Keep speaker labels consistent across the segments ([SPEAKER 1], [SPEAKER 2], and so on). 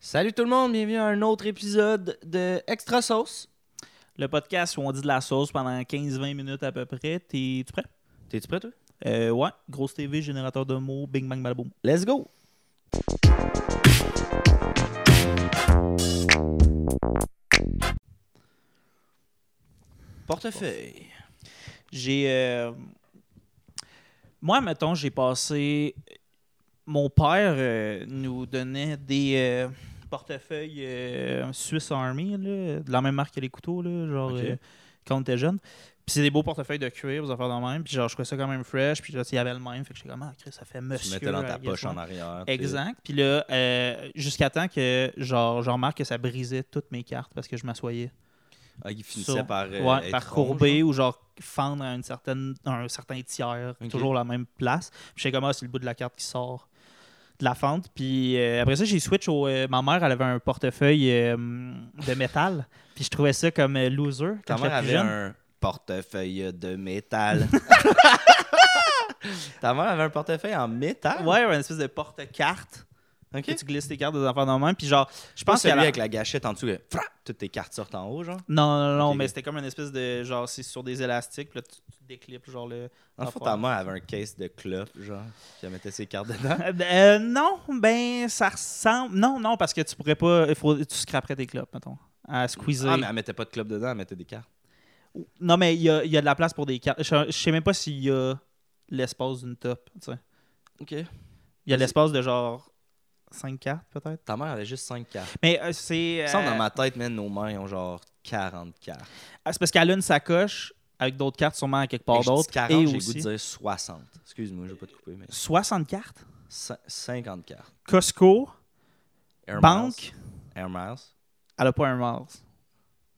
[SPEAKER 1] Salut tout le monde, bienvenue à un autre épisode de Extra Sauce.
[SPEAKER 2] Le podcast où on dit de la sauce pendant 15-20 minutes à peu près. T'es, tu prêt?
[SPEAKER 1] T'es-tu prêt, toi?
[SPEAKER 2] Euh, ouais. Grosse TV, générateur de mots, bing bang balaboum.
[SPEAKER 1] Let's go! Portefeuille.
[SPEAKER 2] J'ai. euh, Moi, mettons, j'ai passé. Mon père euh, nous donnait des euh, portefeuilles euh, Swiss Army, là, de la même marque que les couteaux, là, genre
[SPEAKER 1] Ok.
[SPEAKER 2] euh, quand on était jeune. Puis c'est des beaux portefeuilles de cuir, vous en faire dans même. Puis genre, je trouvais ça quand même fresh. Puis là, il y avait le même. Fait que j'étais comme, ah, Chris, ça fait monsieur.
[SPEAKER 1] Tu mettais dans ta
[SPEAKER 2] I guess,
[SPEAKER 1] poche
[SPEAKER 2] ouais.
[SPEAKER 1] en arrière. t'es-
[SPEAKER 2] Exact. Puis là, euh, jusqu'à temps que genre, je remarque que ça brisait toutes mes cartes parce que je m'assoyais.
[SPEAKER 1] Ah, il finissait
[SPEAKER 2] Sur-
[SPEAKER 1] par, euh,
[SPEAKER 2] ouais,
[SPEAKER 1] être
[SPEAKER 2] par
[SPEAKER 1] rond,
[SPEAKER 2] courber
[SPEAKER 1] genre.
[SPEAKER 2] ou genre fendre à, une certaine, à un certain tiers,
[SPEAKER 1] Ok.
[SPEAKER 2] toujours la même place. Puis Je sais comment c'est le bout de la carte qui sort de la fente. Puis euh, après ça, j'ai switch au. euh, ma mère, elle avait un portefeuille euh, de métal. Puis je trouvais ça comme euh, loser.
[SPEAKER 1] Ta
[SPEAKER 2] quand
[SPEAKER 1] mère
[SPEAKER 2] j'étais plus
[SPEAKER 1] avait
[SPEAKER 2] jeune.
[SPEAKER 1] un portefeuille de métal. Ta mère avait un portefeuille en métal?
[SPEAKER 2] Ouais, ouais, une espèce de porte-carte.
[SPEAKER 1] Ok.
[SPEAKER 2] que Tu glisses tes cartes des enfants dans la main. Puis genre, je
[SPEAKER 1] Pas
[SPEAKER 2] pense
[SPEAKER 1] celui
[SPEAKER 2] qu'elle a-
[SPEAKER 1] avec la gâchette en dessous, là, fra- toutes tes cartes sortent en haut, genre.
[SPEAKER 2] Non, non, non,
[SPEAKER 1] Ok,
[SPEAKER 2] mais
[SPEAKER 1] ok.
[SPEAKER 2] c'était comme une espèce de. Genre, c'est sur des élastiques, puis là, tu, tu déclips, genre le.
[SPEAKER 1] En fait, ta mère avait un case de clopes, genre, puis elle mettait ses cartes dedans. Ah,
[SPEAKER 2] Euh, euh, non, ben, ça ressemble. Non, non, parce que tu pourrais pas. Il faut, tu scraperais tes clopes, mettons. À squeezer.
[SPEAKER 1] Ah, mais elle mettait pas de clopes dedans, elle mettait des cartes.
[SPEAKER 2] Non, mais il y a, il y a de la place pour des cartes. Je, je sais même pas s'il y a l'espace d'une top. tu sais.
[SPEAKER 1] Ok.
[SPEAKER 2] Il y a
[SPEAKER 1] Mais
[SPEAKER 2] l'espace de genre 5 cartes, peut-être.
[SPEAKER 1] Ta mère avait juste 5 cartes.
[SPEAKER 2] Mais euh, c'est.
[SPEAKER 1] Il
[SPEAKER 2] euh,
[SPEAKER 1] me semble dans ma tête, man, nos mères, ils ont genre 40 cartes.
[SPEAKER 2] ah, C'est parce qu'elle a une sacoche avec d'autres cartes, sûrement à quelque part
[SPEAKER 1] Et je dis
[SPEAKER 2] d'autre.
[SPEAKER 1] 40,
[SPEAKER 2] Et
[SPEAKER 1] j'ai le goût de
[SPEAKER 2] aussi.
[SPEAKER 1] dire 60. Excuse-moi, je vais pas te couper, mais
[SPEAKER 2] 60 cartes.
[SPEAKER 1] cin- 50 cartes.
[SPEAKER 2] Costco,
[SPEAKER 1] Air
[SPEAKER 2] banque.
[SPEAKER 1] Miles. Air Miles.
[SPEAKER 2] Elle a pas un Miles.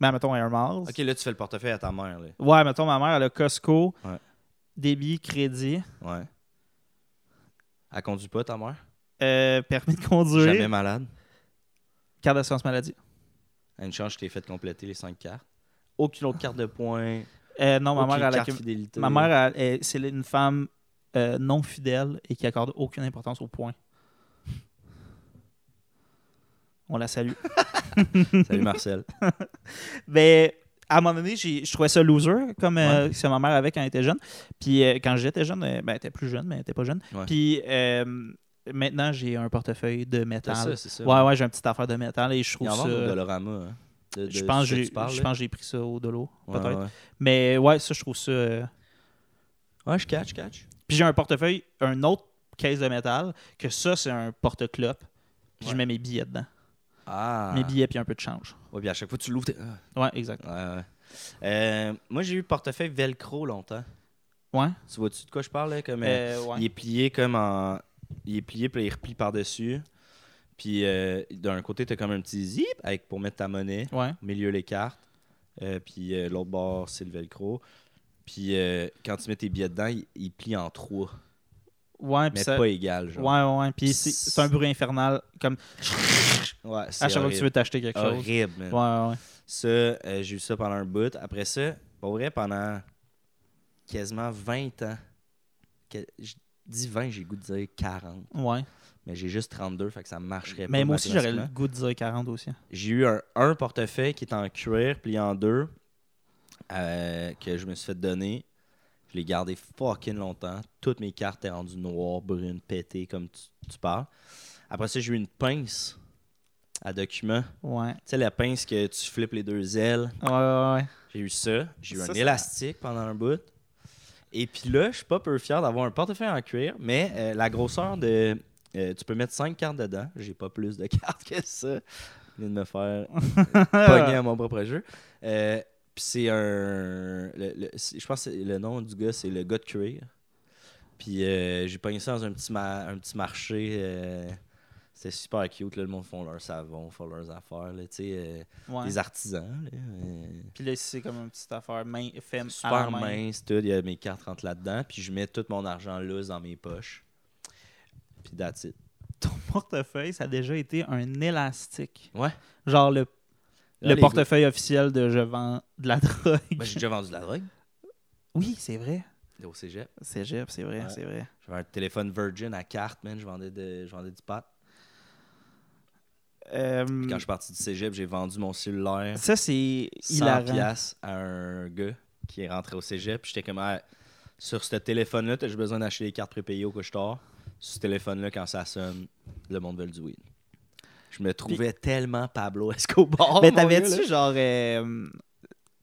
[SPEAKER 2] Mais mettons un Miles.
[SPEAKER 1] Ok, là, tu fais le portefeuille à ta mère, là.
[SPEAKER 2] Ouais, mettons ma mère, elle a Costco,
[SPEAKER 1] Ouais.
[SPEAKER 2] débit, crédit,
[SPEAKER 1] Ouais. Elle conduit pas, ta mère?
[SPEAKER 2] euh, permis de conduire,
[SPEAKER 1] Jamais malade.
[SPEAKER 2] carte d'assurance maladie.
[SPEAKER 1] À une chance, je t'ai fait compléter les 5 cartes. Aucune autre carte de points.
[SPEAKER 2] Euh, non, ma
[SPEAKER 1] aucune
[SPEAKER 2] mère, elle a-
[SPEAKER 1] carte fidélité.
[SPEAKER 2] ma mère, elle- elle- c'est une femme euh, non fidèle et qui accorde aucune importance au point. On la salue.
[SPEAKER 1] Salut Marcel.
[SPEAKER 2] Mais à un moment donné, j'ai- je trouvais ça loser, comme euh, c'est ma mère avec quand elle était jeune. Puis euh, quand j'étais jeune, euh, ben, elle était plus jeune, mais elle était pas jeune.
[SPEAKER 1] Ouais.
[SPEAKER 2] Puis euh, maintenant, j'ai un portefeuille de
[SPEAKER 1] C'est ça,
[SPEAKER 2] métal.
[SPEAKER 1] c'est ça.
[SPEAKER 2] Ouais, ouais, j'ai une petite affaire de métal et
[SPEAKER 1] Il
[SPEAKER 2] je
[SPEAKER 1] y
[SPEAKER 2] trouve
[SPEAKER 1] en
[SPEAKER 2] ça.
[SPEAKER 1] a au Dolorama. hein, de- de
[SPEAKER 2] Je pense
[SPEAKER 1] ce
[SPEAKER 2] que
[SPEAKER 1] que
[SPEAKER 2] j'ai-
[SPEAKER 1] tu parles,
[SPEAKER 2] je
[SPEAKER 1] là.
[SPEAKER 2] pense que j'ai pris ça au dolo,
[SPEAKER 1] Ouais,
[SPEAKER 2] peut-être.
[SPEAKER 1] ouais.
[SPEAKER 2] Mais ouais, ça, je trouve ça. euh,
[SPEAKER 1] Ouais, je catch, catch.
[SPEAKER 2] Puis j'ai un portefeuille, un autre caisse de métal, que ça, c'est un porte-clope. Puis
[SPEAKER 1] Ouais.
[SPEAKER 2] je mets mes billets dedans.
[SPEAKER 1] Ah.
[SPEAKER 2] Mes billets, puis un peu de change.
[SPEAKER 1] Ouais, puis à chaque fois, tu l'ouvres. t'es- ah.
[SPEAKER 2] Ouais, exact.
[SPEAKER 1] Ouais, ouais. Euh, moi, j'ai eu le portefeuille Velcro longtemps.
[SPEAKER 2] Ouais.
[SPEAKER 1] Tu vois-tu de quoi je parle? Là, comme, euh,
[SPEAKER 2] Euh, ouais.
[SPEAKER 1] Il est plié comme en. Il est plié, puis il replie par-dessus. Puis euh, d'un côté, tu as comme un petit zip avec, pour mettre ta monnaie.
[SPEAKER 2] Ouais.
[SPEAKER 1] Au milieu, les cartes. Euh, puis euh, l'autre bord, c'est le Velcro. Puis euh, quand tu mets tes billets dedans, il, il plie en trois.
[SPEAKER 2] Ouais, puis
[SPEAKER 1] Mais
[SPEAKER 2] ça.
[SPEAKER 1] pas égal,
[SPEAKER 2] Ouais,
[SPEAKER 1] genre.
[SPEAKER 2] ouais, ouais. Puis c'est c'est un bruit infernal. Comme
[SPEAKER 1] Ouais, c'est
[SPEAKER 2] à chaque fois que tu veux t'acheter quelque chose.
[SPEAKER 1] horrible, man.
[SPEAKER 2] Ouais, ouais, ouais.
[SPEAKER 1] Ça, euh, j'ai eu ça pendant un bout. Après ça, pour vrai, pendant quasiment 20 ans, que- je dis 20, j'ai le goût de dire 40,
[SPEAKER 2] Ouais.
[SPEAKER 1] mais j'ai juste 32, fait que ça marcherait pas. hein.
[SPEAKER 2] Mais moi aussi, j'aurais le
[SPEAKER 1] mathématiquement.
[SPEAKER 2] goût de dire 40 aussi.
[SPEAKER 1] J'ai eu un, un portefeuille qui est en cuir, plié en deux, euh, que je me suis fait donner. Je l'ai gardé fucking longtemps. Toutes mes cartes étaient rendues noires, brunes, pétées, comme tu, tu parles. Après ça, j'ai eu une pince à documents.
[SPEAKER 2] Ouais.
[SPEAKER 1] Tu sais, la pince que tu flippes les deux ailes.
[SPEAKER 2] Ouais, ouais, ouais.
[SPEAKER 1] J'ai eu ça. J'ai eu
[SPEAKER 2] Ça,
[SPEAKER 1] un
[SPEAKER 2] ça-
[SPEAKER 1] élastique pendant un bout. Et puis là, je suis pas peu fier d'avoir un portefeuille en cuir, mais euh, la grosseur de. euh, tu peux mettre 5 cartes dedans. J'ai pas plus de cartes que ça. Je viens de me faire euh, pogner à mon propre jeu. Euh, puis c'est un. le- le- c'est- je pense que c'est- le nom du gars, c'est le gars de cuir. Puis euh, j'ai pogné ça dans un petit, ma- un petit marché. euh, C'était super cute. Là, le monde font leur savon, font leurs affaires. Là, tu sais, euh,
[SPEAKER 2] Ouais.
[SPEAKER 1] Les artisans. là, euh,
[SPEAKER 2] Puis là, c'est comme une petite affaire main, femme à
[SPEAKER 1] super
[SPEAKER 2] la main.
[SPEAKER 1] mince, tout. Il y a mes cartes rentrent là-dedans. Puis je mets tout mon argent loose dans mes poches. Puis that's it.
[SPEAKER 2] Ton portefeuille, ça a déjà été un élastique.
[SPEAKER 1] Ouais.
[SPEAKER 2] Genre le,
[SPEAKER 1] Là,
[SPEAKER 2] le
[SPEAKER 1] les-
[SPEAKER 2] portefeuille officiel de je vends de la drogue.
[SPEAKER 1] Ben, j'ai déjà vendu de la drogue
[SPEAKER 2] oui, c'est vrai.
[SPEAKER 1] au cégep.
[SPEAKER 2] Cégep, c'est vrai,
[SPEAKER 1] Ouais.
[SPEAKER 2] c'est vrai.
[SPEAKER 1] J'avais un téléphone Virgin à carte, man. Je vendais, de, je vendais du pot.
[SPEAKER 2] Euh,
[SPEAKER 1] Quand je suis parti du cégep, j'ai vendu mon cellulaire
[SPEAKER 2] ça, c'est
[SPEAKER 1] 100
[SPEAKER 2] hilarant.
[SPEAKER 1] piastres à un gars qui est rentré au cégep. Puis J'étais comme, Ah, sur ce téléphone-là, t'as besoin d'acheter des cartes prépayées au couche-tard. Sur ce téléphone-là, quand ça sonne, le monde veut du weed. Je me trouvais tellement Pablo Escobar.
[SPEAKER 2] Mais
[SPEAKER 1] Oh, mon gars, là.
[SPEAKER 2] Ben, t'avais-tu genre. euh,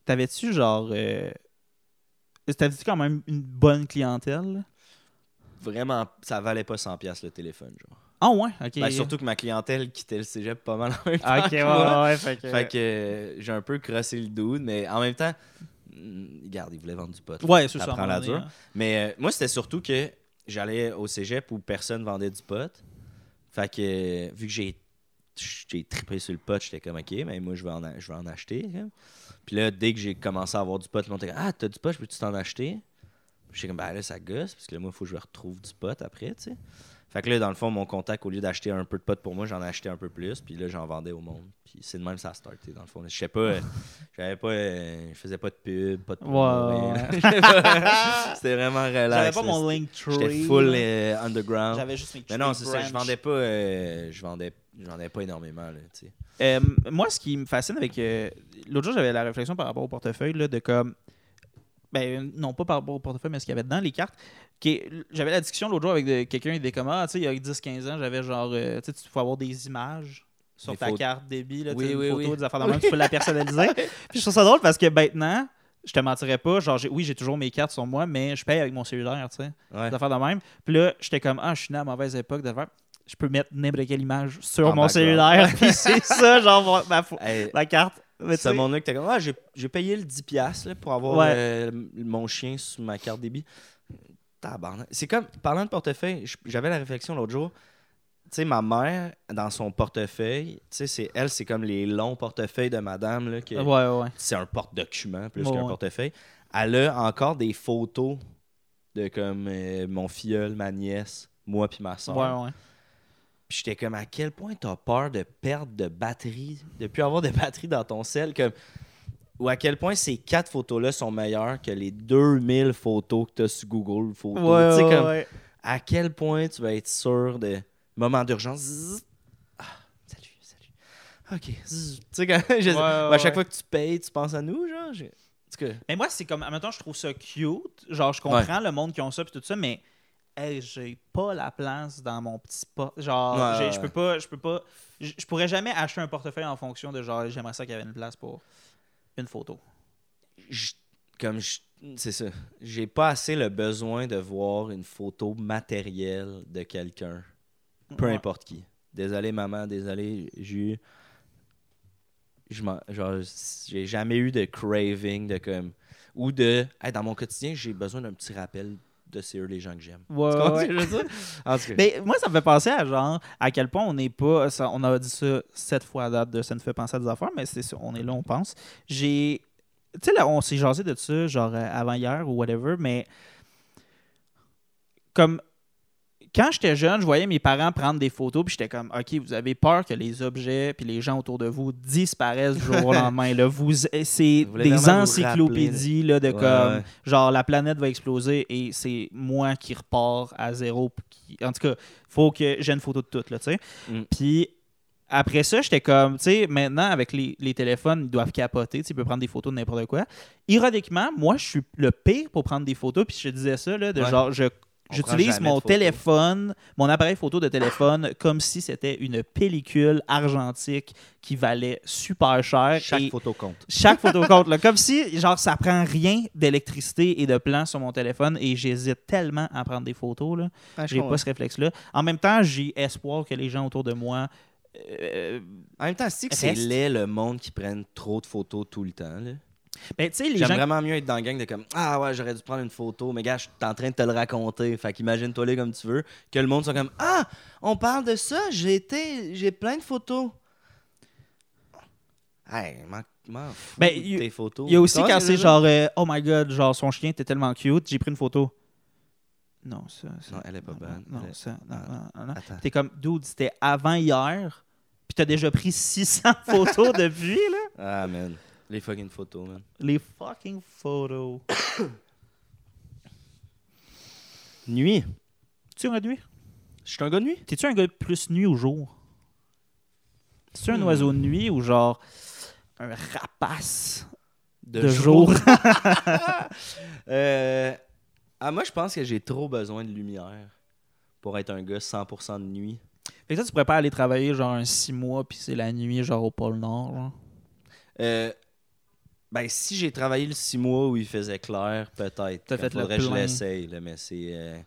[SPEAKER 2] t'avais-tu genre. euh, t'avais-tu quand même une bonne clientèle? là?
[SPEAKER 1] Vraiment, ça valait pas 100 piastres le téléphone, genre.
[SPEAKER 2] Ah ouais, ok.
[SPEAKER 1] Ben, surtout que ma clientèle quittait le cégep pas mal en même temps.
[SPEAKER 2] Ah, ok,
[SPEAKER 1] que
[SPEAKER 2] ouais,
[SPEAKER 1] moi.
[SPEAKER 2] ouais, ouais, fait que.
[SPEAKER 1] Fait que euh, j'ai un peu crossé le dude, mais en même temps, mm, regarde, il voulait vendre du pot.
[SPEAKER 2] Ouais, c'est
[SPEAKER 1] Ça
[SPEAKER 2] ça. à un
[SPEAKER 1] prend la
[SPEAKER 2] moment donné,
[SPEAKER 1] dure. Mais euh, moi, c'était surtout que j'allais au cégep où personne vendait du pot. Fait que euh, vu que j'ai j'ai trippé sur le pot, j'étais comme OK, mais moi je vais en, a- je vais en acheter. hein. Puis là, dès que j'ai commencé à avoir du pot, le monde était comme Ah, t'as du pot, je peux-tu t'en acheter? Puis J'étais comme bah là, ça gosse, parce que là, moi, il faut que je retrouve du pot après, tu sais. Fait que là, dans le fond, mon contact, au lieu d'acheter un peu de pot pour moi, j'en achetais un peu plus, puis là, j'en vendais au monde. Puis c'est de même que ça a starté, dans le fond. Je sais pas, euh, j'avais pas, euh, je faisais pas de pub, pas de
[SPEAKER 2] Ouais,
[SPEAKER 1] promo,
[SPEAKER 2] ouais,
[SPEAKER 1] rien. C'était vraiment relax.
[SPEAKER 2] hein. J'avais pas
[SPEAKER 1] là.
[SPEAKER 2] mon link tree.
[SPEAKER 1] J'étais full
[SPEAKER 2] là.
[SPEAKER 1] euh, underground.
[SPEAKER 2] J'avais juste mes
[SPEAKER 1] Mais non,
[SPEAKER 2] tree
[SPEAKER 1] c'est ça, je
[SPEAKER 2] branch.
[SPEAKER 1] vendais pas, euh, je vendais, je vendais pas énormément, là, tu sais.
[SPEAKER 2] Euh, moi, ce qui me fascine avec. euh, L'autre jour, j'avais la réflexion par rapport au portefeuille, là, de comme. Ben, non, pas par rapport au portefeuille, mais ce qu'il y avait dedans, les cartes. qui est- J'avais la discussion l'autre jour avec de- quelqu'un, il était comme Ah, tu sais, il y a 10-15 ans, j'avais genre. euh, tu sais, tu peux avoir des images sur
[SPEAKER 1] Des
[SPEAKER 2] ta
[SPEAKER 1] photos.
[SPEAKER 2] carte débit, là, tu
[SPEAKER 1] Oui,
[SPEAKER 2] sais, une
[SPEAKER 1] oui,
[SPEAKER 2] photo,
[SPEAKER 1] oui.
[SPEAKER 2] des affaires de même, tu peux la personnaliser. Puis je trouve ça drôle parce que maintenant, je te mentirais pas, genre, j'ai- oui, j'ai toujours mes cartes sur moi, mais je paye avec mon cellulaire, tu sais
[SPEAKER 1] Ouais.
[SPEAKER 2] des affaires de même. Puis là, j'étais comme, ah, je suis né à la mauvaise époque de faire. Je peux mettre n'importe quelle image sur
[SPEAKER 1] En
[SPEAKER 2] mon
[SPEAKER 1] background.
[SPEAKER 2] cellulaire. Puis c'est ça, genre, mon- ma, fo-
[SPEAKER 1] Hey,
[SPEAKER 2] ma carte. Mais tu
[SPEAKER 1] ce
[SPEAKER 2] sais,
[SPEAKER 1] monde-là que t'es comme, ah, j'ai j'ai payé le 10$ piastres, là, pour avoir
[SPEAKER 2] Ouais.
[SPEAKER 1] euh, m- mon chien sur ma carte débit. Tabarnak. C'est comme, parlant de portefeuille, j- j'avais la réflexion l'autre jour. Tu sais, ma mère, dans son portefeuille, tu sais, c'est- elle, c'est comme les longs portefeuilles de madame, là, que
[SPEAKER 2] Ouais, ouais, ouais.
[SPEAKER 1] c'est un porte-document plus
[SPEAKER 2] Ouais,
[SPEAKER 1] qu'un
[SPEAKER 2] ouais.
[SPEAKER 1] portefeuille. Elle a encore des photos de comme euh, mon filleul, ma nièce, moi puis ma soeur.
[SPEAKER 2] Ouais, ouais.
[SPEAKER 1] Puis j'étais comme, à quel point t'as peur de perdre de batterie, de plus avoir de batterie dans ton sel, comme, ou à quel point ces quatre photos-là sont meilleures que les 2000 photos que t'as sur Google Photos.
[SPEAKER 2] Ouais,
[SPEAKER 1] Tu sais,
[SPEAKER 2] ouais,
[SPEAKER 1] comme,
[SPEAKER 2] ouais.
[SPEAKER 1] à quel point tu vas être sûr de moment d'urgence. zzz, ah, salut, salut. OK. zzz. Tu sais, quand, je-
[SPEAKER 2] Ouais, ouais,
[SPEAKER 1] à chaque fois
[SPEAKER 2] ouais.
[SPEAKER 1] que tu payes, tu penses à nous, genre. je- en tout cas,
[SPEAKER 2] Mais moi, c'est comme, maintenant, je trouve ça cute. Genre, je comprends le monde qui ont ça, puis tout ça, mais. Hey, j'ai pas la place dans mon petit pot. Genre,
[SPEAKER 1] Ouais,
[SPEAKER 2] j'ai-
[SPEAKER 1] ouais,
[SPEAKER 2] je peux
[SPEAKER 1] ouais.
[SPEAKER 2] pas, je peux pas, je je pourrais jamais acheter un portefeuille en fonction de genre, j'aimerais ça qu'il y avait une place pour une photo.
[SPEAKER 1] je- comme je- c'est ça, j'ai pas assez le besoin de voir une photo matérielle de quelqu'un, peu
[SPEAKER 2] Ouais.
[SPEAKER 1] importe qui. Désolé maman, désolé, j'ai eu- je m'en- genre j'ai jamais eu de craving de comme ou de Hey, dans mon quotidien, j'ai besoin d'un petit rappel de c'est eux les gens que j'aime.
[SPEAKER 2] Ouais,
[SPEAKER 1] Tu comprends
[SPEAKER 2] ouais.
[SPEAKER 1] ce que je veux dire? En tout cas.
[SPEAKER 2] Mais moi, ça me fait penser à genre à quel point on n'est pas. ça- on a dit ça sept fois à date de ça nous fait penser à des affaires, mais c'est ça, on est là, on pense. J'ai. Tu sais, là, on s'est jasé de ça, genre euh, avant hier ou whatever, mais. Comme. Quand j'étais jeune, je voyais mes parents prendre des photos, puis j'étais comme, OK, vous avez peur que les objets puis les gens autour de vous disparaissent du jour au lendemain. Là. Vous, c'est
[SPEAKER 1] Vous voulez vraiment
[SPEAKER 2] des
[SPEAKER 1] vous
[SPEAKER 2] encyclopédies là, de
[SPEAKER 1] Ouais,
[SPEAKER 2] comme
[SPEAKER 1] ouais.
[SPEAKER 2] genre la planète va exploser et c'est moi qui repars à zéro. puis qui- En tout cas, faut que j'ai une photo de tout, là, tu sais.
[SPEAKER 1] Mm.
[SPEAKER 2] Puis après ça, j'étais comme, tu sais, maintenant avec les, les téléphones, ils doivent capoter, tu sais, ils peuvent prendre des photos de n'importe quoi. Ironiquement, moi, je suis le pire pour prendre des photos, puis je te disais ça, là, de
[SPEAKER 1] Ouais.
[SPEAKER 2] genre, je.
[SPEAKER 1] On prend
[SPEAKER 2] J'utilise
[SPEAKER 1] jamais de
[SPEAKER 2] mon
[SPEAKER 1] photos.
[SPEAKER 2] téléphone, mon appareil photo de téléphone, comme si c'était une pellicule argentique qui valait super cher.
[SPEAKER 1] Chaque
[SPEAKER 2] et-
[SPEAKER 1] photo compte.
[SPEAKER 2] chaque photo compte. Là. Comme si, genre, ça prend rien d'électricité et de plan sur mon téléphone et j'hésite tellement à prendre des photos. Là. J'ai pas ce réflexe-là. En même temps, j'ai espoir que les gens autour de moi. euh,
[SPEAKER 1] En même temps, c'est que c'est
[SPEAKER 2] Reste.
[SPEAKER 1] laid le monde qui prenne trop de photos tout le temps. Là.
[SPEAKER 2] ben, tu sais, les
[SPEAKER 1] J'aime
[SPEAKER 2] gens.
[SPEAKER 1] vraiment mieux être dans le gang de comme Ah ouais, j'aurais dû prendre une photo, mais gars, je suis en train de te le raconter. Fait qu'imagine-toi là comme tu veux. Que le monde soit comme Ah, on parle de ça, j'ai été, j'ai plein de photos. Hey, m'en- m'en fous
[SPEAKER 2] Ben,
[SPEAKER 1] de
[SPEAKER 2] y-
[SPEAKER 1] tes photos.
[SPEAKER 2] Il y a aussi
[SPEAKER 1] Tu vois
[SPEAKER 2] quand
[SPEAKER 1] ce que
[SPEAKER 2] c'est
[SPEAKER 1] je veux
[SPEAKER 2] genre, euh, oh my god, genre, son chien était tellement cute, j'ai pris une photo. Non, ça. ça-
[SPEAKER 1] Non, elle est pas bonne.
[SPEAKER 2] Non,
[SPEAKER 1] Elle est-
[SPEAKER 2] ça. Non, non, non, non.
[SPEAKER 1] dire? Attends.
[SPEAKER 2] T'es comme, dude, c'était avant hier, puis t'as déjà pris 600 photos depuis, là.
[SPEAKER 1] Ah, man. Les fucking photos, man.
[SPEAKER 2] Les fucking photos.
[SPEAKER 1] Nuit.
[SPEAKER 2] Tu as nuit?
[SPEAKER 1] Je suis un gars de nuit.
[SPEAKER 2] T'es-tu un gars plus nuit au jour?
[SPEAKER 1] C'est
[SPEAKER 2] C'est-tu un oiseau de nuit ou genre un rapace de, jour?
[SPEAKER 1] jour. Euh, ah, moi, je pense que j'ai trop besoin de lumière pour être un gars 100% de nuit.
[SPEAKER 2] Fait que ça, tu pourrais pas aller travailler genre un six mois, puis c'est la nuit, genre au pôle Nord. genre.
[SPEAKER 1] Euh, ben, si j'ai travaillé le six mois où il faisait clair, peut-être.
[SPEAKER 2] T'as
[SPEAKER 1] Comme
[SPEAKER 2] fait le
[SPEAKER 1] faudrait que je
[SPEAKER 2] plein.
[SPEAKER 1] l'essaye, là, mais c'est. euh,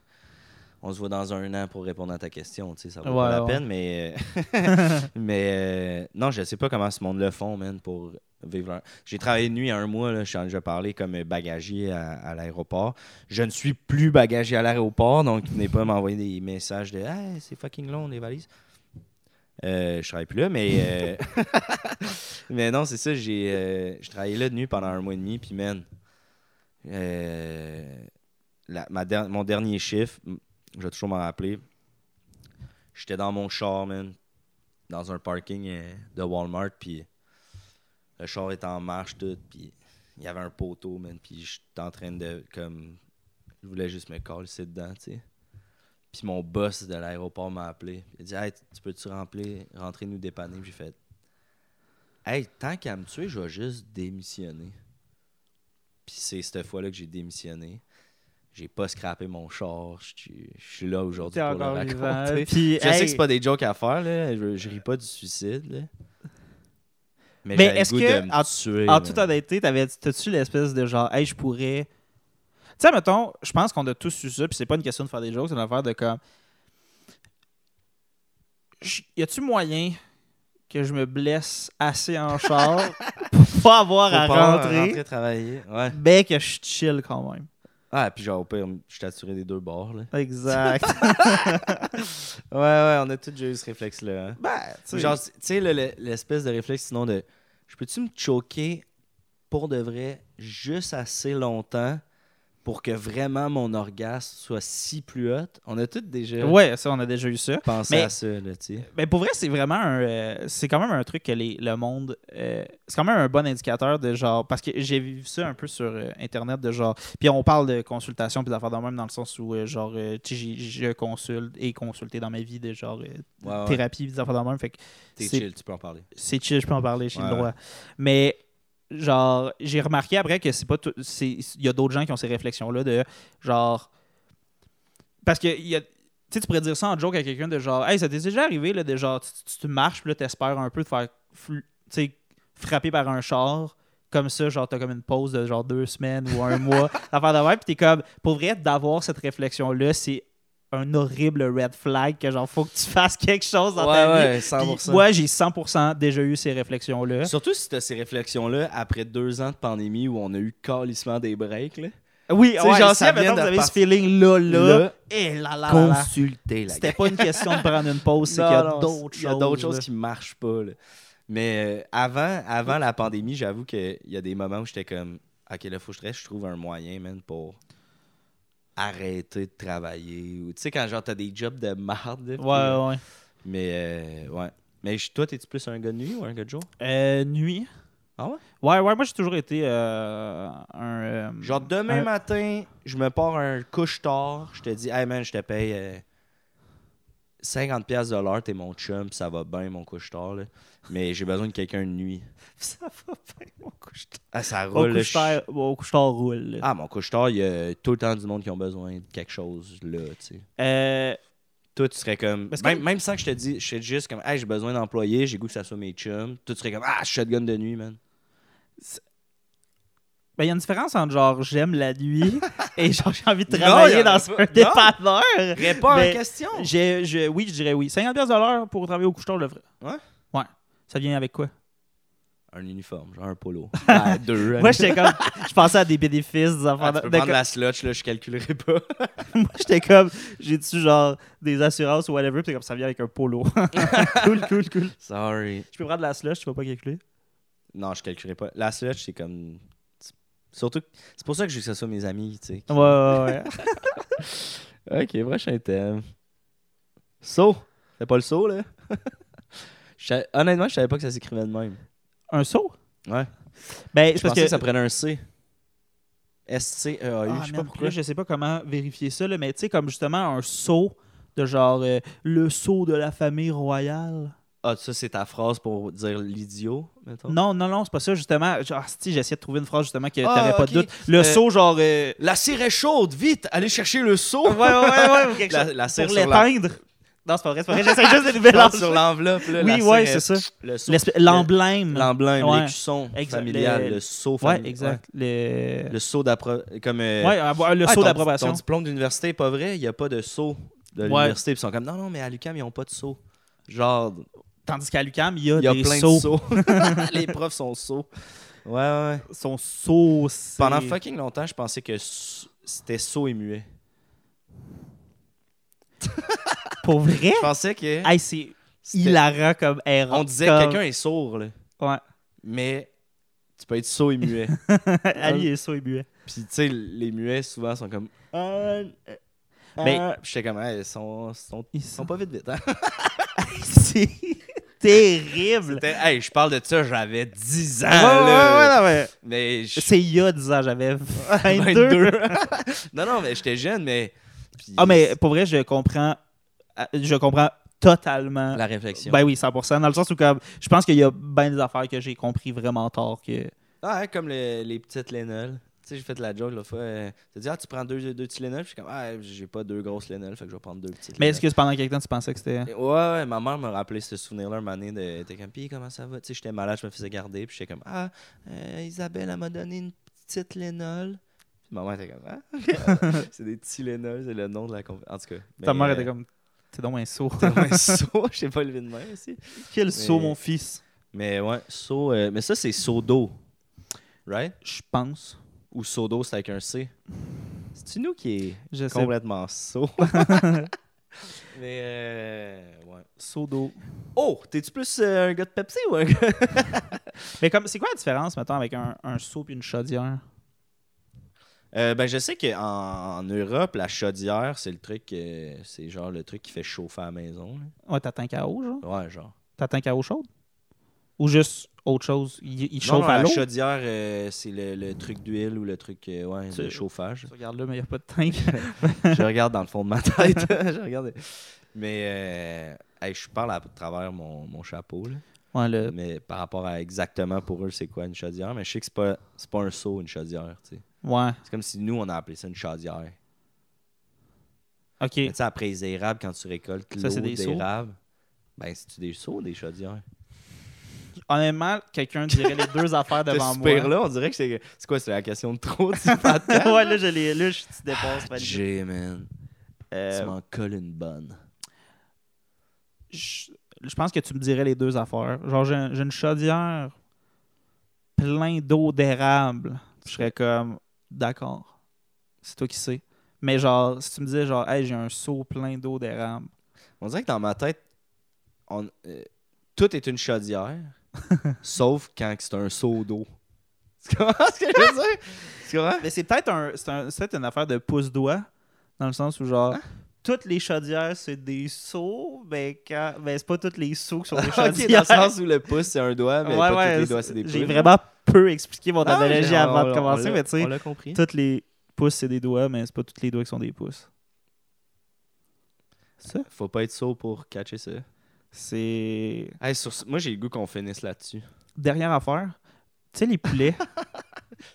[SPEAKER 1] on se voit dans un an pour répondre à ta question, tu sais, ça vaut
[SPEAKER 2] Ouais,
[SPEAKER 1] pas la
[SPEAKER 2] ouais.
[SPEAKER 1] peine, mais. euh, mais euh, non, je sais pas comment ce monde le font, man, pour vivre leur- J'ai travaillé de nuit un mois, là, je t'en ai déjà parlé comme bagagier à, à l'aéroport. Je ne suis plus bagagier à l'aéroport, donc venez pas m'envoyer des messages de Hey, c'est fucking long les valises. Euh, je travaille plus là, mais. euh, mais non, c'est ça, j'ai euh, je travaillais là de nuit pendant un mois et demi, puis man. euh, la- ma der- mon dernier chiffre, m- je vais toujours m'en rappeler. J'étais dans mon char, man, dans un parking euh, de Walmart, puis le char était en marche, tout, puis il y avait un poteau, man, puis j'étais en train de, comme, je voulais juste me coller dedans, tu sais. Puis mon boss de l'aéroport m'a appelé. Il a dit Hey, tu peux-tu remplir- rentrer nous dépanner Puis j'ai fait Hey, tant qu'à me tuer, je vais juste démissionner. Puis c'est cette fois-là que j'ai démissionné. J'ai pas scrappé mon char. Je suis- je suis là aujourd'hui
[SPEAKER 2] T'es
[SPEAKER 1] pour le
[SPEAKER 2] encore
[SPEAKER 1] raconter.
[SPEAKER 2] vivant. Puis,
[SPEAKER 1] Je sais
[SPEAKER 2] hey,
[SPEAKER 1] que c'est pas des jokes à faire, là. Je, je ris pas du suicide, là. Mais,
[SPEAKER 2] Mais
[SPEAKER 1] j'avais le
[SPEAKER 2] est-ce
[SPEAKER 1] goût
[SPEAKER 2] que,
[SPEAKER 1] de me
[SPEAKER 2] en-
[SPEAKER 1] tuer,
[SPEAKER 2] En
[SPEAKER 1] man.
[SPEAKER 2] toute honnêteté, t'avais- t'as-tu l'espèce de genre, hey, je pourrais. Tu sais, mettons, je pense qu'on a tous eu ça, puis c'est pas une question de faire des jokes, c'est une affaire de comme. J- Y a-tu moyen que je me blesse assez en char pour pas avoir
[SPEAKER 1] Faut
[SPEAKER 2] à
[SPEAKER 1] pas avoir
[SPEAKER 2] rentrer,
[SPEAKER 1] travailler. Ouais.
[SPEAKER 2] mais que je suis chill quand même?
[SPEAKER 1] Ah, puis genre, au pire, je suis assuré des deux bords, là.
[SPEAKER 2] Exact.
[SPEAKER 1] Ouais, ouais, on a tous déjà eu ce réflexe-là. hein.
[SPEAKER 2] ben, tu sais.
[SPEAKER 1] Genre, tu sais, le- le- l'espèce de réflexe, sinon, de je peux-tu me choquer pour de vrai juste assez longtemps pour que vraiment mon orgasme soit si plus haute? On a tous déjà
[SPEAKER 2] Ouais, ça, on a déjà eu ça.
[SPEAKER 1] pensé
[SPEAKER 2] mais-
[SPEAKER 1] à ça, là, tu sais.
[SPEAKER 2] Mais Ben, pour vrai, c'est vraiment un. euh, c'est quand même un truc que les- le monde. euh, c'est quand même un bon indicateur de genre. Parce que j'ai vu ça un peu sur euh, Internet de genre. Puis on parle de consultation puis d'affaires de même dans le sens où, euh, genre, euh, tu sais, j'ai- je consulte et consulté dans ma vie de genre euh,
[SPEAKER 1] Ah Ouais, ouais.
[SPEAKER 2] thérapie puis des affaires de même. Fait que
[SPEAKER 1] T'es
[SPEAKER 2] c'est-
[SPEAKER 1] chill, tu peux en parler.
[SPEAKER 2] c'est chill, je peux en parler, j'ai
[SPEAKER 1] Ouais,
[SPEAKER 2] le droit. Mais genre, j'ai remarqué après que c'est pas tout. c'est- Il y a d'autres gens qui ont ces réflexions-là de genre. Parce que il y a- Tu sais, tu pourrais dire ça en joke à quelqu'un de genre Hey, ça t'est déjà arrivé là, de genre tu, tu- tu marches puis là t'espères un peu de faire fl- tu sais, frapper par un char comme ça, genre t'as comme une pause de genre deux semaines ou un mois affaire de même, puis t'es comme pour vrai d'avoir cette réflexion là, c'est un horrible red flag que genre faut que tu fasses quelque chose dans ta vie.
[SPEAKER 1] ouais,
[SPEAKER 2] Puis
[SPEAKER 1] 100%.
[SPEAKER 2] moi, j'ai 100% déjà eu ces réflexions-là.
[SPEAKER 1] Surtout si t'as ces réflexions-là après deux ans de pandémie où on a eu calissement des breaks. Là.
[SPEAKER 2] Oui,
[SPEAKER 1] ouais,
[SPEAKER 2] genre, si
[SPEAKER 1] ça vient
[SPEAKER 2] maintenant vous
[SPEAKER 1] de
[SPEAKER 2] avez
[SPEAKER 1] par-
[SPEAKER 2] ce feeling-là, là,
[SPEAKER 1] Là, eh,
[SPEAKER 2] et là, là, là, là.
[SPEAKER 1] Consultez la
[SPEAKER 2] c'était pas une question de prendre une pause, c'est
[SPEAKER 1] Non,
[SPEAKER 2] qu'il y a
[SPEAKER 1] non,
[SPEAKER 2] d'autres
[SPEAKER 1] Il y a d'autres choses
[SPEAKER 2] là.
[SPEAKER 1] qui marchent pas. là. Mais euh, avant, avant la pandémie, j'avoue qu'il y a des moments où j'étais comme Ok, là, faut que je reste, je trouve un moyen, man, pour arrêter de travailler. Ou tu sais, quand genre t'as des jobs de marde. là, puis, euh,
[SPEAKER 2] Ouais, ouais.
[SPEAKER 1] Mais euh, ouais. Mais je- toi, t'es-tu plus un gars de nuit ou un gars de jour
[SPEAKER 2] Euh, nuit.
[SPEAKER 1] Ah ouais?
[SPEAKER 2] Ouais, ouais, moi, j'ai toujours été euh, un. euh,
[SPEAKER 1] Genre demain
[SPEAKER 2] un-
[SPEAKER 1] matin, je me pars un couche tard, je te dis "Hey man, je te paye euh, 50 pièces de l'heure, t'es mon chum, pis ça va bien mon couche tard là. mais j'ai besoin de quelqu'un de nuit."
[SPEAKER 2] Ça va bien, mon couche-tard.
[SPEAKER 1] Ah ça
[SPEAKER 2] Mon
[SPEAKER 1] roule. là, je-
[SPEAKER 2] couche-tard mon couche-tard roule. là.
[SPEAKER 1] Ah mon couche tard, il y a tout le temps du monde qui ont besoin de quelque chose là, tu sais.
[SPEAKER 2] Euh,
[SPEAKER 1] Toi, tu serais comme.
[SPEAKER 2] Parce que-
[SPEAKER 1] Même, même sans que je te dise, je serais juste comme, hey, j'ai besoin d'employés, j'ai goût que ça soit mes chums. Toi, tu serais comme, ah, shotgun de nuit, man.
[SPEAKER 2] Ben, il y a une différence entre genre j'aime la nuit et genre j'ai envie de
[SPEAKER 1] Non,
[SPEAKER 2] travailler
[SPEAKER 1] y en a
[SPEAKER 2] dans
[SPEAKER 1] pas.
[SPEAKER 2] un
[SPEAKER 1] Non.
[SPEAKER 2] dépanneur.
[SPEAKER 1] Réponds
[SPEAKER 2] Mais-
[SPEAKER 1] à la question.
[SPEAKER 2] J'ai- je- oui, je dirais oui. 50 pièces de l'heure pour travailler au couche-tard, le vrai.
[SPEAKER 1] Ouais?
[SPEAKER 2] Ouais. Ça vient avec quoi?
[SPEAKER 1] Un uniforme, genre un polo. Ben, deux.
[SPEAKER 2] Moi,
[SPEAKER 1] allez.
[SPEAKER 2] j'étais comme... Je pensais à des bénéfices, des
[SPEAKER 1] Ah,
[SPEAKER 2] affaires...
[SPEAKER 1] tu
[SPEAKER 2] de-
[SPEAKER 1] peux
[SPEAKER 2] de-
[SPEAKER 1] prendre la slotch, là, je calculerai pas.
[SPEAKER 2] Moi, j'étais comme... J'ai-tu, genre, des assurances ou whatever? Puis t'es comme, ça vient avec un polo. cool, cool, cool.
[SPEAKER 1] Sorry.
[SPEAKER 2] Je peux prendre de la slush, tu vas pas calculer?
[SPEAKER 1] Non, je calculerai pas. La slotch, c'est comme. c'est- Surtout, que- c'est pour ça que je veux que ce soit mes amis, tu sais.
[SPEAKER 2] Ouais, ouais, ouais.
[SPEAKER 1] Ok, prochain thème. Saut. Fais pas le saut, là. Je savais- Honnêtement, je savais pas que ça s'écrivait de même.
[SPEAKER 2] un saut?
[SPEAKER 1] Ouais.
[SPEAKER 2] Ben,
[SPEAKER 1] Je
[SPEAKER 2] c'est parce
[SPEAKER 1] pensais
[SPEAKER 2] que...
[SPEAKER 1] que ça prenait un C. S-C-E-A-U.
[SPEAKER 2] Ah,
[SPEAKER 1] je sais pas
[SPEAKER 2] man,
[SPEAKER 1] pourquoi.
[SPEAKER 2] là, je sais pas comment vérifier ça, là, mais tu sais, comme justement un saut de genre euh, le saut de la famille royale.
[SPEAKER 1] Ah, ça, c'est ta phrase pour dire l'idiot, mettons?
[SPEAKER 2] Non, non, non, c'est pas ça, justement. Ah, si, j'essayais de trouver une phrase, justement, que
[SPEAKER 1] Ah,
[SPEAKER 2] t'aurais pas de
[SPEAKER 1] ok.
[SPEAKER 2] doute. Le
[SPEAKER 1] Euh,
[SPEAKER 2] seau, genre. euh,
[SPEAKER 1] La cire est chaude, vite! Allez chercher le seau!
[SPEAKER 2] Ouais, ouais, ouais, ouais, ou quelque
[SPEAKER 1] La-
[SPEAKER 2] chose.
[SPEAKER 1] la cire
[SPEAKER 2] pour
[SPEAKER 1] sur
[SPEAKER 2] l'éteindre. Non, c'est pas vrai, c'est pas vrai. J'essaie juste de le mélanger.
[SPEAKER 1] sur l'enveloppe, là, la
[SPEAKER 2] Oui,
[SPEAKER 1] cire
[SPEAKER 2] ouais,
[SPEAKER 1] est-
[SPEAKER 2] c'est ça.
[SPEAKER 1] Le seau.
[SPEAKER 2] L'esp- L'emblème.
[SPEAKER 1] L'emblème,
[SPEAKER 2] Ouais.
[SPEAKER 1] l'écusson
[SPEAKER 2] Exact.
[SPEAKER 1] familial,
[SPEAKER 2] Le-
[SPEAKER 1] le seau
[SPEAKER 2] Ouais,
[SPEAKER 1] familial.
[SPEAKER 2] exact.
[SPEAKER 1] Ouais.
[SPEAKER 2] Le,
[SPEAKER 1] Le seau d'approbation. Comme. euh,
[SPEAKER 2] ouais, avoir le
[SPEAKER 1] ah,
[SPEAKER 2] saut
[SPEAKER 1] ton-
[SPEAKER 2] d'approbation.
[SPEAKER 1] Ton diplôme d'université est pas vrai, il n'y a pas de seau de
[SPEAKER 2] Ouais.
[SPEAKER 1] l'université. Puis Ils sont comme, non, non, mais à l'UCAM, ils n'ont pas de seau. Genre,
[SPEAKER 2] Tandis qu'à l'UCAM, il y a,
[SPEAKER 1] il y a
[SPEAKER 2] des
[SPEAKER 1] plein
[SPEAKER 2] sauts.
[SPEAKER 1] de seaux. Les profs sont sauts. Ouais, ouais.
[SPEAKER 2] Son saut, c'est-
[SPEAKER 1] Pendant fucking longtemps, je pensais que s- c'était saut et muet.
[SPEAKER 2] Pour vrai?
[SPEAKER 1] Je pensais que.
[SPEAKER 2] Hey, c'est
[SPEAKER 1] c'était-
[SPEAKER 2] hilarant comme erreur.
[SPEAKER 1] On disait,
[SPEAKER 2] comme-
[SPEAKER 1] quelqu'un est sourd, là.
[SPEAKER 2] Ouais.
[SPEAKER 1] Mais tu peux être sourd et muet.
[SPEAKER 2] Ali est saut et muet.
[SPEAKER 1] Puis, tu sais, les muets, souvent, sont comme. Euh, euh,
[SPEAKER 2] Mais-
[SPEAKER 1] euh. Puis j'étais comme, Hey, ils sont, sont,
[SPEAKER 2] Ils
[SPEAKER 1] ils sont pas vite vite. Hein?
[SPEAKER 2] c'est terrible.
[SPEAKER 1] C'était, hey, je parle de ça, j'avais 10 ans.
[SPEAKER 2] Ouais, ouais,
[SPEAKER 1] là.
[SPEAKER 2] ouais, non, mais
[SPEAKER 1] Mais je-
[SPEAKER 2] C'est il y a 10 ans, j'avais 22.
[SPEAKER 1] 22. non, non, mais j'étais jeune, mais. puis-
[SPEAKER 2] Ah, mais pour vrai, je comprends. euh, Je comprends totalement.
[SPEAKER 1] La réflexion.
[SPEAKER 2] Ben oui, 100%. Dans le sens où, comme, je pense qu'il y a bien des affaires que j'ai compris vraiment tard. Que...
[SPEAKER 1] Ah, hein, comme le- les petites Lénol. Tu sais, j'ai fait la joke, là. Fois, euh, t'as dit, ah, tu prends deux, deux petits Lénol. Puis je suis comme, ah, j'ai pas deux grosses Lénol, fait que je vais prendre deux petites
[SPEAKER 2] Mais est-ce que pendant quelques temps, tu pensais que c'était.
[SPEAKER 1] Ouais, ouais, ma mère m'a rappelé ce souvenir-là une année. De, elle était comme, Pis, comment ça va? Tu sais, j'étais malade, je me faisais garder. Puis j'étais comme, ah, euh, Isabelle, elle m'a donné une petite Lénol. Puis ma mère était comme, ah, c'est des petits Lénol, c'est le nom de la compagnie. En tout cas.
[SPEAKER 2] Ta
[SPEAKER 1] mais,
[SPEAKER 2] mère
[SPEAKER 1] euh,
[SPEAKER 2] était comme. T'es donc un saut.
[SPEAKER 1] t'es moins sourd, je sais pas levé de main aussi.
[SPEAKER 2] Quel saut,
[SPEAKER 1] Mais-
[SPEAKER 2] mon fils.
[SPEAKER 1] Mais ouais, saut. euh, mais ça, c'est seau d'eau. Right?
[SPEAKER 2] Je pense.
[SPEAKER 1] Ou seau d'eau, c'est avec un C. C'est-tu nous qui
[SPEAKER 2] Je
[SPEAKER 1] est
[SPEAKER 2] sais.
[SPEAKER 1] complètement saut? mais euh, ouais.
[SPEAKER 2] Saut d'eau.
[SPEAKER 1] Oh, t'es-tu plus euh, un gars de Pepsi ou un gars?
[SPEAKER 2] Mais comme, c'est quoi la différence, mettons, avec un, un seau et une chaudière?
[SPEAKER 1] Euh, ben, je sais qu'en en Europe, la chaudière, c'est le truc. euh, c'est genre le truc qui fait chauffer à la maison. là.
[SPEAKER 2] Ouais, t'attends qu'à eau, genre?
[SPEAKER 1] Ouais, genre.
[SPEAKER 2] T'attends qu'à eau chaude? Ou juste autre chose? Il, il
[SPEAKER 1] Non,
[SPEAKER 2] chauffe
[SPEAKER 1] non,
[SPEAKER 2] à
[SPEAKER 1] la
[SPEAKER 2] l'eau?
[SPEAKER 1] chaudière, euh, c'est le, le truc d'huile ou le truc euh, ouais, de
[SPEAKER 2] C'est-
[SPEAKER 1] chauffage.
[SPEAKER 2] Je regarde là, mais il n'y a pas de tank.
[SPEAKER 1] je regarde dans le fond de ma tête. je regarde. Mais euh, hey, je parle à travers mon, mon chapeau. là.
[SPEAKER 2] ouais, le...
[SPEAKER 1] Mais par rapport à exactement pour eux, c'est quoi une chaudière. Mais je sais que c'est pas, c'est pas un seau, une chaudière. tu sais.
[SPEAKER 2] ouais.
[SPEAKER 1] C'est comme si nous, on a appelé ça une chaudière.
[SPEAKER 2] OK.
[SPEAKER 1] Mais tu sais, après les érables, quand tu récoltes
[SPEAKER 2] Ça,
[SPEAKER 1] l'eau
[SPEAKER 2] c'est des seaux?
[SPEAKER 1] d'érable, ben, c'est-tu des seaux ou des chaudières?
[SPEAKER 2] Honnêtement, quelqu'un dirait les deux affaires devant
[SPEAKER 1] Ce
[SPEAKER 2] moi.
[SPEAKER 1] là on dirait que c'est... C'est quoi, c'est la question de trop du podcast?
[SPEAKER 2] ouais, là, je les. Là, je te dépense. valide.
[SPEAKER 1] Ah, J'ai, man. Tu
[SPEAKER 2] Euh,
[SPEAKER 1] m'en colles une bonne.
[SPEAKER 2] je je pense que tu me dirais les deux affaires. Genre, j'ai j'ai une chaudière plein d'eau d'érable. Je serais comme, d'accord, c'est toi qui sais. Mais genre, si tu me disais, genre, hey, j'ai un seau plein d'eau d'érable.
[SPEAKER 1] On dirait que dans ma tête, on- euh, tout est une chaudière, sauf quand c'est un seau d'eau. Tu comprends ce que je veux dire? Tu comprends?
[SPEAKER 2] Mais c'est peut-être un, c'est un- c'est peut-être une affaire de pouce-doigt, dans le sens où, genre, toutes les chaudières, c'est des seaux, mais quand. Mais c'est pas toutes les seaux qui sont des
[SPEAKER 1] Ok,
[SPEAKER 2] chaudières.
[SPEAKER 1] dans le sens où le pouce, c'est un doigt, mais
[SPEAKER 2] Ouais,
[SPEAKER 1] pas
[SPEAKER 2] ouais,
[SPEAKER 1] tous les doigts, c'est des pouces.
[SPEAKER 2] J'ai vraiment peu expliqué mon
[SPEAKER 1] Ah,
[SPEAKER 2] analogie
[SPEAKER 1] j'ai-
[SPEAKER 2] avant
[SPEAKER 1] on-
[SPEAKER 2] de
[SPEAKER 1] on
[SPEAKER 2] commencer,
[SPEAKER 1] l'a-
[SPEAKER 2] mais tu sais.
[SPEAKER 1] On l'a compris.
[SPEAKER 2] Toutes les pouces, c'est des doigts, mais c'est pas toutes les doigts qui sont des pouces. Ça,
[SPEAKER 1] Faut pas être saut pour catcher ça.
[SPEAKER 2] c'est.
[SPEAKER 1] Hey, sur ce- Moi, j'ai le goût qu'on finisse là-dessus.
[SPEAKER 2] Dernière affaire. Tu sais, les poulets.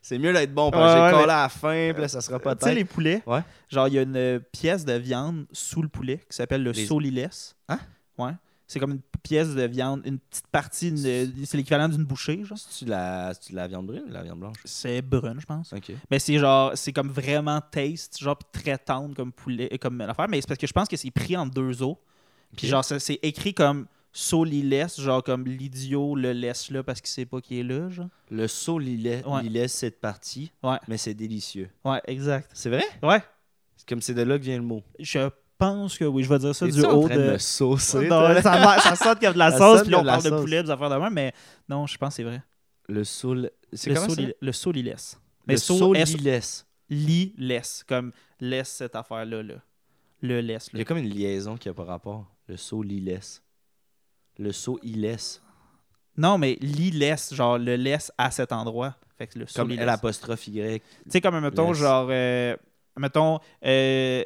[SPEAKER 1] C'est mieux d'être bon, parce
[SPEAKER 2] Ouais,
[SPEAKER 1] que
[SPEAKER 2] ouais,
[SPEAKER 1] j'ai collé
[SPEAKER 2] mais- Euh,
[SPEAKER 1] à la fin, puis là, ça sera pas
[SPEAKER 2] tu sais, les poulets.
[SPEAKER 1] Ouais.
[SPEAKER 2] Genre, il y a une euh, pièce de viande sous le poulet qui s'appelle le
[SPEAKER 1] Les-
[SPEAKER 2] solilès.
[SPEAKER 1] Hein?
[SPEAKER 2] Ouais. C'est comme une pièce de viande, une petite partie, une- c'est l'équivalent d'une bouchée, genre.
[SPEAKER 1] C'est-tu de la... c'est-tu de la viande brune ou de la viande blanche?
[SPEAKER 2] C'est brune, je pense.
[SPEAKER 1] Ok.
[SPEAKER 2] Mais c'est genre, c'est comme vraiment taste, genre pis très tendre comme poulet, euh, comme affaire. Mais c'est parce que je pense que c'est pris en deux os. Puis
[SPEAKER 1] Ok.
[SPEAKER 2] genre, ça- c'est écrit comme Soli laisse, genre comme l'idiot le laisse là parce qu'il sait pas qu'il est là, genre.
[SPEAKER 1] Le saut lilet,
[SPEAKER 2] Ouais.
[SPEAKER 1] lilet, cette partie,
[SPEAKER 2] Ouais.
[SPEAKER 1] mais c'est délicieux.
[SPEAKER 2] Ouais, exact.
[SPEAKER 1] C'est vrai?
[SPEAKER 2] Ouais,
[SPEAKER 1] C'est comme c'est de là que vient le mot.
[SPEAKER 2] je pense que oui. Je vais dire ça
[SPEAKER 1] T'es-tu
[SPEAKER 2] du
[SPEAKER 1] en
[SPEAKER 2] haut
[SPEAKER 1] train de
[SPEAKER 2] de.
[SPEAKER 1] me saucer,
[SPEAKER 2] Non,
[SPEAKER 1] toi, là?
[SPEAKER 2] ça, va- ça sonne comme de la
[SPEAKER 1] Ça
[SPEAKER 2] sauce,
[SPEAKER 1] sonne
[SPEAKER 2] puis là, on
[SPEAKER 1] comme de la
[SPEAKER 2] parle de
[SPEAKER 1] sauce.
[SPEAKER 2] poulet, des affaires de main, mais non, je pense que c'est vrai.
[SPEAKER 1] Le saoul. C'est
[SPEAKER 2] Le
[SPEAKER 1] comment ça?
[SPEAKER 2] Soli- Le Soli laisse.
[SPEAKER 1] Le
[SPEAKER 2] Mais
[SPEAKER 1] saoul
[SPEAKER 2] Soli
[SPEAKER 1] laisse.
[SPEAKER 2] laisse, comme laisse cette affaire-là, là. Le laisse,
[SPEAKER 1] Il
[SPEAKER 2] là.
[SPEAKER 1] y a comme une liaison qui a pas rapport. Le saoul laisse. Le saut il laisse.
[SPEAKER 2] Non, mais l'y laisse, genre le laisse à cet endroit. Fait que le
[SPEAKER 1] Comme
[SPEAKER 2] sous-laisse.
[SPEAKER 1] l'apostrophe Y.
[SPEAKER 2] Tu sais, comme mettons,
[SPEAKER 1] Laisse.
[SPEAKER 2] genre, euh, mettons, euh,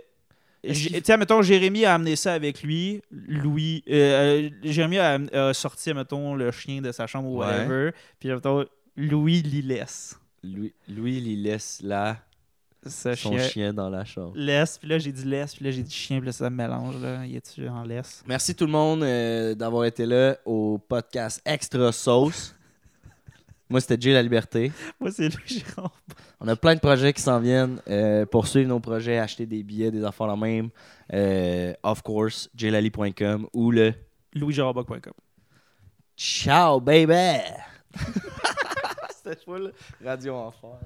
[SPEAKER 1] Est-ce
[SPEAKER 2] J-
[SPEAKER 1] qu'il-
[SPEAKER 2] Tu sais, mettons, Jérémy a amené ça avec lui. Louis. euh, euh, Jérémy a, am- a sorti, mettons, le chien de sa chambre ou
[SPEAKER 1] Ouais.
[SPEAKER 2] whatever. Puis, mettons, Louis l'y laisse.
[SPEAKER 1] Louis, Louis, il laisse là
[SPEAKER 2] Ce
[SPEAKER 1] son
[SPEAKER 2] chien.
[SPEAKER 1] chien dans la chambre.
[SPEAKER 2] Laisse. Puis là, j'ai dit laisse. Puis là, j'ai dit chien. Puis là, ça me mélange. Là. Il est-tu en laisse?
[SPEAKER 1] Merci tout le monde euh, d'avoir été là au podcast Extra Sauce. Moi, c'était Jay La Liberté.
[SPEAKER 2] Moi, c'est Louis Gérard.
[SPEAKER 1] On a plein de projets qui s'en viennent. Euh, poursuivre nos projets, acheter des billets, des affaires la même. Euh, of course, jlali.com ou le
[SPEAKER 2] LouisGérardBock.com.
[SPEAKER 1] Ciao, baby! C'était full radio enfer.